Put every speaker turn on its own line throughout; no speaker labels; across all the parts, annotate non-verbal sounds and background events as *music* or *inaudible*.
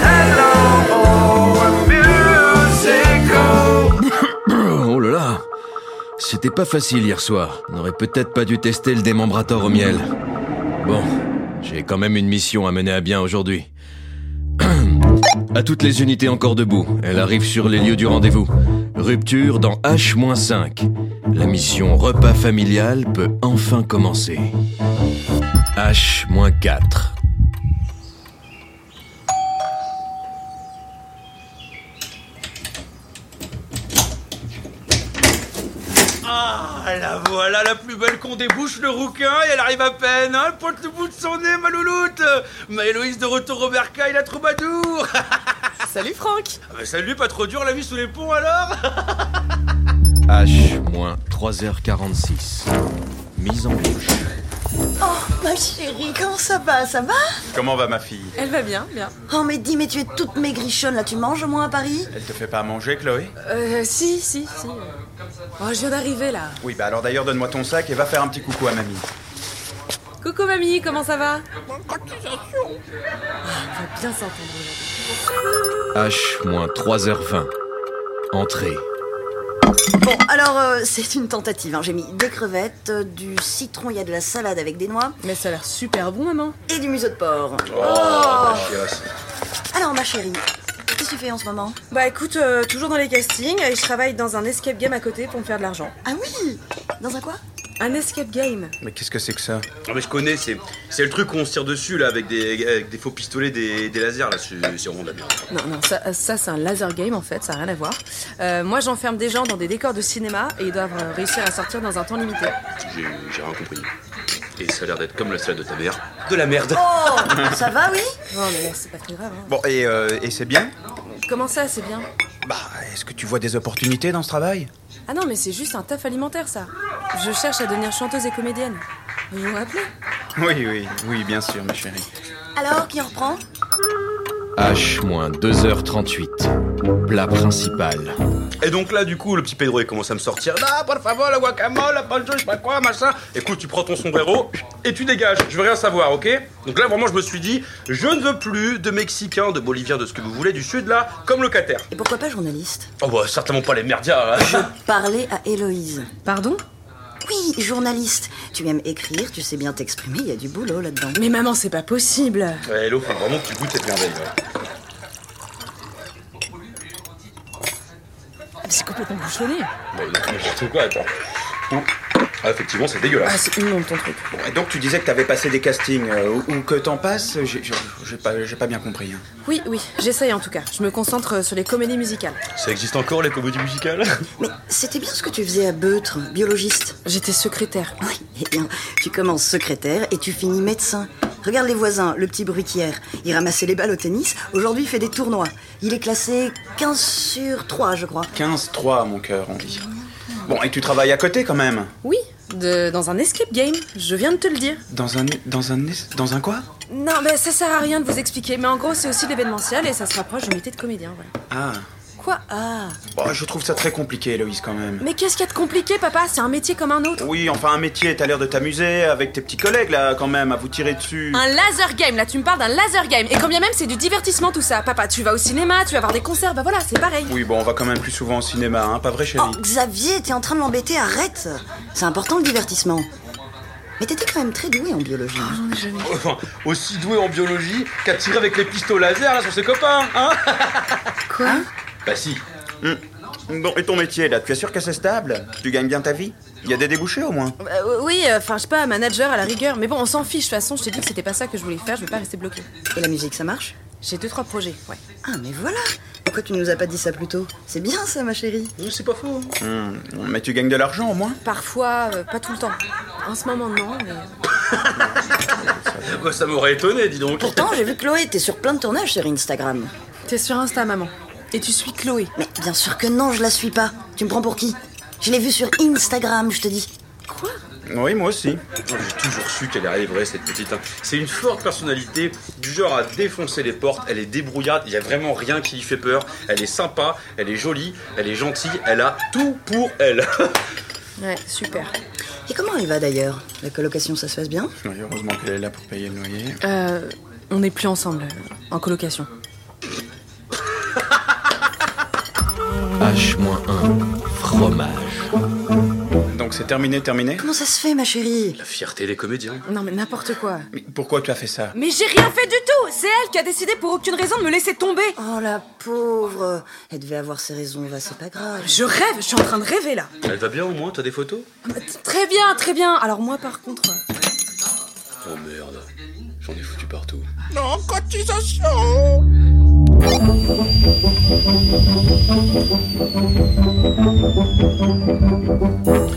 Oh C'était pas facile hier soir. On aurait peut-être pas dû tester le démembrator au miel. Bon, j'ai quand même une mission à mener à bien aujourd'hui. *clears throat* à toutes les unités encore debout, elle arrive sur les lieux du rendez-vous. Rupture dans H-5. La mission repas familial peut enfin commencer. H-4.
Ah, la voilà, la plus belle qu'on débouche le rouquin et elle arrive à peine. Hein, elle pointe le bout de son nez, ma louloute. Ma Héloïse de retour au bercail, la troubadour.
*laughs* Salut Franck
Ah, bah, salut, pas trop dur la vie sous les ponts alors
H-3h46. Mise en bouche.
Oh, Ma chérie, comment ça va Ça va
Comment va ma fille
Elle va bien, bien.
Oh mais dis, mais tu es toute maigrichonne là, tu manges au moins à Paris
Elle te fait pas à manger, Chloé
Euh, si, si, si. Oh, je viens d'arriver là.
Oui, bah alors d'ailleurs, donne-moi ton sac et va faire un petit coucou à mamie.
Coucou mamie, comment ça va Ah, On va bien s'entendre. aujourd'hui.
H-3h20. Entrée.
Bon, alors euh, c'est une tentative. hein. J'ai mis des crevettes, euh, du citron, il y a de la salade avec des noix
Mais ça a l'air super bon maman.
et du museau de porc. Alors ma chérie, qu'est-ce que tu fais en ce moment
Bah écoute, euh, toujours dans les castings et je travaille dans un escape game à côté pour me faire de l'argent.
Ah oui Dans un quoi
Un escape game
Mais qu'est-ce que c'est que ça Ah, Mais je connais, c'est c'est le truc qu'on se tire dessus là avec des, avec des faux pistolets, des, des lasers là, c'est c'est vraiment de la merde.
Non, non, ça, euh, ça, c'est un laser game en fait, ça n'a rien à voir. Euh, moi j'enferme des gens dans des décors de cinéma et ils doivent euh, réussir à sortir dans un temps limité.
J'ai j'ai rien compris. Et ça a l'air d'être comme la salade de ta mère. De la merde.
Oh Ça va, oui
Non Oh, mais là c'est pas très grave. hein.
Bon, et, euh, et c'est bien
Comment ça, c'est bien
Bah, est-ce que tu vois des opportunités dans ce travail
Ah non, mais c'est juste un taf alimentaire, ça. Je cherche à devenir chanteuse et comédienne. Vous vous rappelez
Oui, oui, oui, bien sûr, ma chérie.
Alors, qui reprend
H-2h38. Plat principal.
Et donc là, du coup, le petit Pedro, il commence à me sortir. Là, por favor, la guacamole, la pancho, je sais pas quoi, machin. Écoute, tu prends ton sombrero et tu dégages. Je veux rien savoir, ok Donc là, vraiment, je me suis dit, je ne veux plus de Mexicains, de Boliviens, de ce que vous voulez, du Sud, là, comme locataire.
Et pourquoi pas journaliste
Oh bah, certainement pas les merdias, hein. là. *laughs*
Parler à Héloïse.
Pardon
Oui, journaliste. Tu aimes écrire, tu sais bien t'exprimer, il y a du boulot là-dedans.
Mais maman, c'est pas possible
Ouais, Hello, Eh, faut vraiment que tu goûtes cette merveille, ouais.
Ah, C'est complètement bouchonné.
Mais n'importe quoi, attends. Ouh. Ah, effectivement, c'est dégueulasse.
Ah, c'est immonde ton truc.
Bon, et donc tu disais que t'avais passé des castings, euh, ou, ou que t'en passes J'ai j'ai- j'ai pas, j'ai pas bien compris. hein.
Oui, oui, j'essaye en tout cas. Je me concentre euh, sur les comédies musicales.
Ça existe encore, les comédies musicales
Mais c'était bien ce que tu faisais à Beutre, biologiste.
J'étais secrétaire.
Oui, eh bien, tu commences secrétaire et tu finis médecin. Regarde les voisins, le petit bruitière. Il ramassait les balles au tennis, aujourd'hui il fait des tournois. Il est classé 15 sur 3, je crois.
15-3, mon cœur, on dit. Bon, et tu travailles à côté quand même
Oui, de- dans un escape game. Je viens de te le dire.
Dans un. Dans un. es- Dans un quoi
Non, mais ça sert à rien de vous expliquer. Mais en gros, c'est aussi de l'événementiel et ça se rapproche d'un métier de comédien, voilà.
Ah.
Quoi Ah
Bon, je trouve ça très compliqué, Héloïse, quand même.
Mais qu'est-ce qu'il y a de compliqué, papa C'est un métier comme un autre.
Oui, enfin, un métier, t'as l'air de t'amuser avec tes petits collègues, là, quand même, à vous tirer dessus.
Un laser game, là tu me parles d'un laser game. Et combien même c'est du divertissement tout ça. Papa, tu vas au cinéma, tu vas voir des concerts, bah voilà, c'est pareil.
Oui, bon, on va quand même plus souvent au cinéma, hein, pas vrai, chérie
Oh, Xavier, t'es en train de m'embêter, arrête C'est important le divertissement. Mais t'étais quand même très doué en biologie.
Enfin, Aussi doué en biologie qu'à tirer avec les pistolets laser, là, sur ses copains, hein
Quoi
Bah si.
Bon, et ton métier, là, tu es sûr que c'est stable Tu gagnes bien ta vie Il y a des débouchés, au moins
Oui, euh, enfin je sais pas, manager à la rigueur. Mais bon, on s'en fiche, de toute façon, je t'ai dit que c'était pas ça que je voulais faire, je vais pas rester bloquée.
Et la musique, ça marche
J'ai deux, trois projets, ouais.
Ah, mais voilà Pourquoi tu ne nous as pas dit ça plus tôt C'est bien ça, ma chérie.
C'est pas faux.
Hum, Mais tu gagnes de l'argent, au moins
Parfois, euh, pas tout le temps. En ce moment, non, mais.
Bah, ça m'aurait étonné, dis donc.
Pourtant, j'ai vu Chloé, t'es sur plein de tournages sur Instagram.
T'es sur Insta, maman. Et tu suis Chloé.
Mais bien sûr que non, je la suis pas. Tu me prends pour qui Je l'ai vue sur Instagram, je te dis.
Quoi
Oui, moi aussi.
J'ai toujours su qu'elle arriverait, cette petite. hein. C'est une forte personnalité, du genre à défoncer les portes. Elle est débrouillarde, il n'y a vraiment rien qui lui fait peur. Elle est sympa, elle est jolie, elle est gentille, elle a tout pour elle. *laughs*
Ouais, super.
Et comment elle va d'ailleurs La colocation, ça se passe bien
Oui, heureusement qu'elle est là pour payer le loyer.
Euh, on n'est plus ensemble, euh, en colocation.
H-1. Fromage.
donc c'est terminé, terminé
Comment ça se fait, ma chérie
La fierté des comédiens.
Non, mais n'importe quoi.
Mais pourquoi tu as fait ça
Mais j'ai rien fait du tout C'est elle qui a décidé pour aucune raison de me laisser tomber
Oh, la pauvre Elle devait avoir ses raisons, va, c'est pas grave.
Je rêve, je suis en train de rêver là.
Elle va bien au moins, t'as des photos
Très bien, très bien. Alors moi par contre... euh,
Oh merde, j'en ai foutu partout.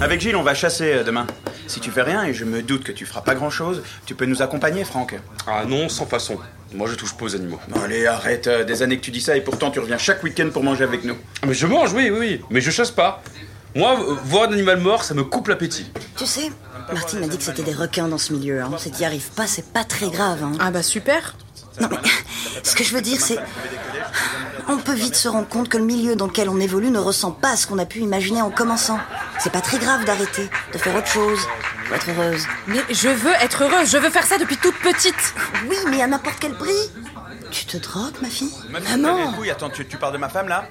Avec Gilles, on va chasser euh, demain. Si tu fais rien, et je me doute que tu feras pas grand-chose, tu peux nous accompagner, Franck.
Ah non, sans façon. Moi je touche pas aux animaux.
Bon, allez, arrête, euh, des années que tu dis ça, et pourtant tu reviens chaque week-end pour manger avec nous.
Ah, Mais je mange, oui, oui, oui, mais je chasse pas. Moi, euh, voir un animal mort, ça me coupe l'appétit.
Tu sais, Martine m'a dit que c'était des requins dans ce milieu. Hein. Si t'y arrives pas, c'est pas très grave. Hein.
Ah bah super
Non, mais *laughs* ce que je veux dire, c'est. On peut vite se rendre compte que le milieu dans lequel on évolue ne ressent pas à ce qu'on a pu imaginer en commençant. C'est pas très grave d'arrêter, de faire autre chose, pour être heureuse.
Mais je veux être heureuse, je veux faire ça depuis toute petite
Oui, mais à n'importe quel prix. Tu te drogues, ma fille
Maman Attends, tu, tu parles de ma femme, là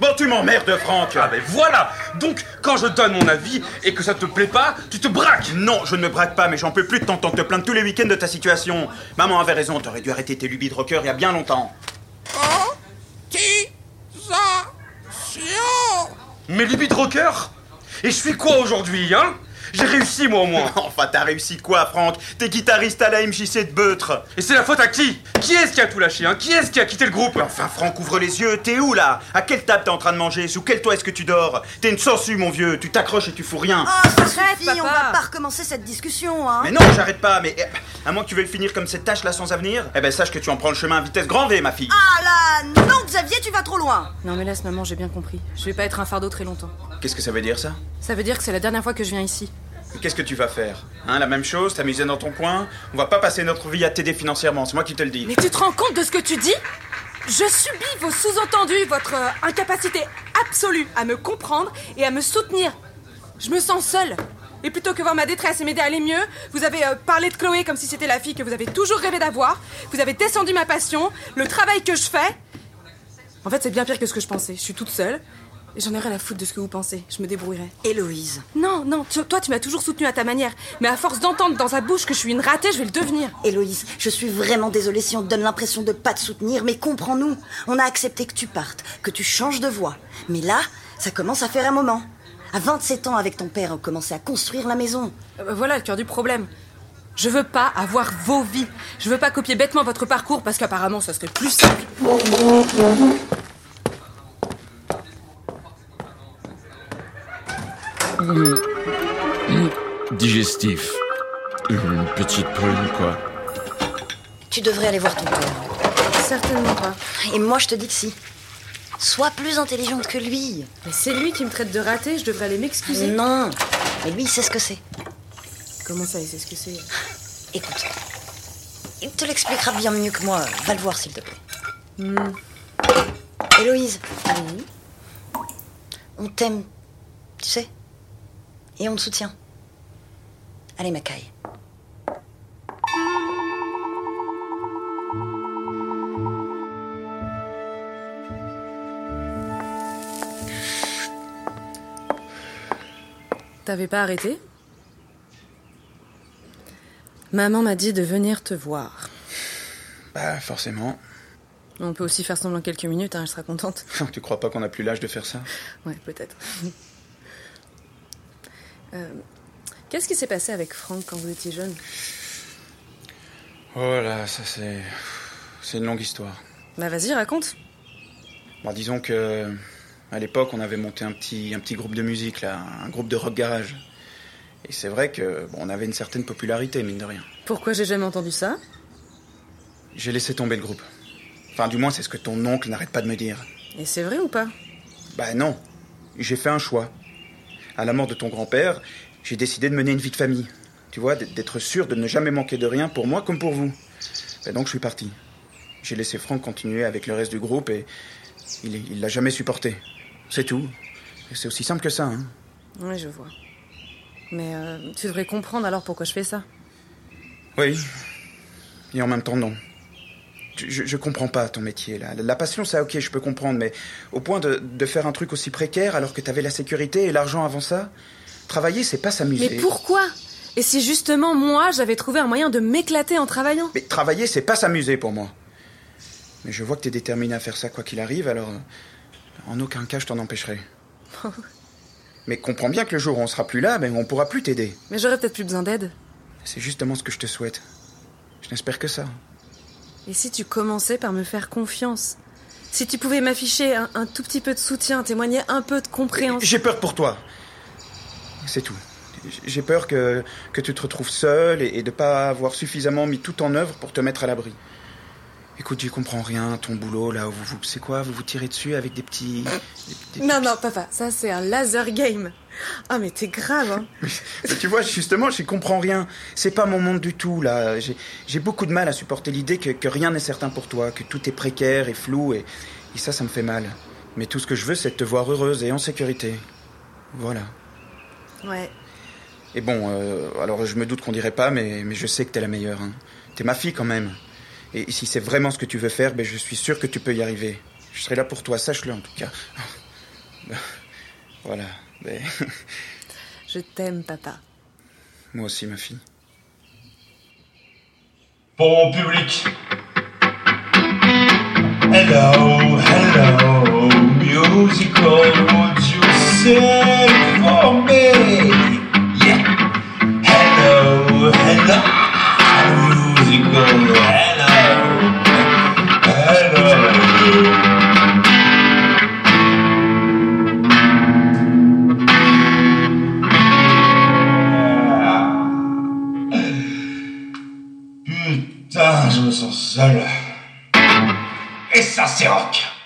Bon, tu m'emmerdes, Franck
Ah ben voilà Donc, quand je donne mon avis et que ça te plaît pas, tu te braques
Non, je ne me braque pas, mais j'en peux plus de t'entendre te plaindre tous les week-ends de ta situation. Maman avait raison, t'aurais dû arrêter tes lubies de rocker il y a bien *laughs* longtemps.
Mais les de rocker Et je suis quoi aujourd'hui, hein J'ai réussi moi au moins
Enfin, t'as réussi quoi, Franck T'es guitariste à la MJC de Beutre.
Et c'est la faute à qui Qui est-ce qui a tout lâché, hein Qui est-ce qui a quitté le groupe
Mais Enfin, Franck, ouvre les yeux, t'es où là À quelle table t'es en train de manger Sous quel toit est-ce que tu dors T'es une sangsue, mon vieux, tu t'accroches et tu fous rien.
Ah, ça
Arrête,
suffit, on
papa.
va pas recommencer cette discussion, hein
Mais non, j'arrête pas, mais eh, à moins que tu veuilles finir comme cette tâche là sans avenir, eh ben sache que tu en prends le chemin à vitesse grand V, ma fille.
Ah là, non, Xavier, tu vas trop loin
Non mais laisse maman, j'ai bien compris. Je vais pas être un fardeau très longtemps.
Qu'est-ce que ça veut dire ça
Ça veut dire que c'est la dernière fois que je viens ici.
Qu'est-ce que tu vas faire Hein, la même chose, t'amuser dans ton coin On va pas passer notre vie à t'aider financièrement, c'est moi qui te le dis.
Mais tu te rends compte de ce que tu dis Je subis vos sous-entendus, votre euh, incapacité absolue à me comprendre et à me soutenir. Je me sens seule. Et plutôt que voir ma détresse et m'aider à aller mieux, vous avez euh, parlé de Chloé comme si c'était la fille que vous avez toujours rêvé d'avoir. Vous avez descendu ma passion, le travail que je fais. En fait, c'est bien pire que ce que je pensais. Je suis toute seule. Et j'en ai rien à foutre de ce que vous pensez. Je me débrouillerai.
Héloïse.
Non, non, tu- toi, tu m'as toujours soutenue à ta manière. Mais à force d'entendre dans sa bouche que je suis une ratée, je vais le devenir.
Héloïse, je suis vraiment désolée si on te donne l'impression de pas te soutenir, mais comprends-nous. On a accepté que tu partes, que tu changes de voie. Mais là, ça commence à faire un moment. À 27 ans, avec ton père, on commençait à construire la maison.
Euh, Voilà le cœur du problème. Je veux pas avoir vos vies. Je veux pas copier bêtement votre parcours parce qu'apparemment ça serait plus simple.
Digestif. Une petite prune, quoi.
Tu devrais aller voir ton père.
Certainement pas.
Et moi, je te dis que si. Sois plus intelligente que lui.
Mais c'est lui qui me traite de ratée, je devrais aller m'excuser.
Non. Mais lui, il sait ce que c'est.
Comment ça, il sait ce que c'est
Écoute. Il te l'expliquera bien mieux que moi. Va le voir, s'il te plaît. Hmm. Héloïse. On t'aime, tu sais. Et on te soutient. Allez, Macaille.
T'avais pas arrêté Maman m'a dit de venir te voir.
Bah, forcément. *laughs*
On peut aussi faire semblant quelques minutes, hein, je serai contente.
Tu crois pas qu'on a plus l'âge de faire ça
Ouais, peut-être. *laughs* Euh, Qu'est-ce qui s'est passé avec Franck quand vous étiez jeune
Oh là, ça c'est. C'est une longue histoire.
Bah vas-y, raconte.
Bon, Bah, disons que. À l'époque, on avait monté un petit, un petit groupe de musique, là, un groupe de rock garage. Et c'est vrai que, bon, on avait une certaine popularité, mine de rien.
Pourquoi j'ai jamais entendu ça
J'ai laissé tomber le groupe. Enfin, du moins, c'est ce que ton oncle n'arrête pas de me dire.
Et c'est vrai ou pas
Bah non, j'ai fait un choix. À la mort de ton grand-père, j'ai décidé de mener une vie de famille. Tu vois, d- d'être sûr de ne jamais manquer de rien pour moi comme pour vous. Bah donc je suis parti. J'ai laissé Franck continuer avec le reste du groupe et il il l'a jamais supporté. C'est tout. Et C'est aussi simple que ça. Hein.
Oui, je vois. Mais euh, tu devrais comprendre alors pourquoi je fais ça.
Oui. Et en même temps, non. Je, je- je comprends pas ton métier, là. La, la passion, ça, ok, je peux comprendre, mais au point de, de faire un truc aussi précaire alors que t'avais la sécurité et l'argent avant ça Travailler, c'est pas
Mais
s'amuser.
pourquoi Et si justement moi j'avais trouvé un moyen de m'éclater en travaillant
Mais travailler, c'est pas s'amuser pour moi. Mais je vois que t'es déterminé à faire ça quoi qu'il arrive, alors euh, en aucun cas je t'en empêcherai. Mais comprends bien que le jour où on sera plus là, ben on pourra plus t'aider.
Mais j'aurais peut-être plus besoin d'aide.
C'est justement ce que je te souhaite. Je n'espère que ça.
Et si tu commençais par me faire confiance Si tu pouvais m'afficher un, un tout petit peu de soutien, témoigner un peu de compréhension.
J'ai peur pour toi. C'est tout. J'ai peur que, que tu te retrouves seul et, et de pas avoir suffisamment mis tout en œuvre pour te mettre à l'abri. Écoute, j'y comprends rien, ton boulot là, où vous, vous- c'est quoi, vous vous tirez dessus avec des petits... des- des-
Non, non, papa, ça c'est un laser game. Ah, mais t'es grave, hein.
Mais tu vois, justement, j'y comprends rien. C'est pas mon monde du tout, là. J'ai- J'ai beaucoup de mal à supporter l'idée que, que rien n'est certain pour toi, que tout est précaire et flou, et, et ça, ça me fait mal. Mais tout ce que je veux, c'est te voir heureuse et en sécurité. Voilà.
Ouais.
Et bon, euh, alors je me doute qu'on dirait pas, mais, mais je sais que t'es la meilleure. Hein. T'es ma fille quand même. Et si c'est vraiment ce que tu veux faire, ben, je suis sûr que tu peux y arriver. Je serai là pour toi, sache-le en tout cas. *laughs* voilà. Ben, *laughs*
Je t'aime, papa.
moi aussi, ma fille.
Bon public. Hello, hello, musical, would you sing for me? Yeah. Hello, hello, musical, hello, hello. Putain, je me sens seul. Et ça, c'est rock.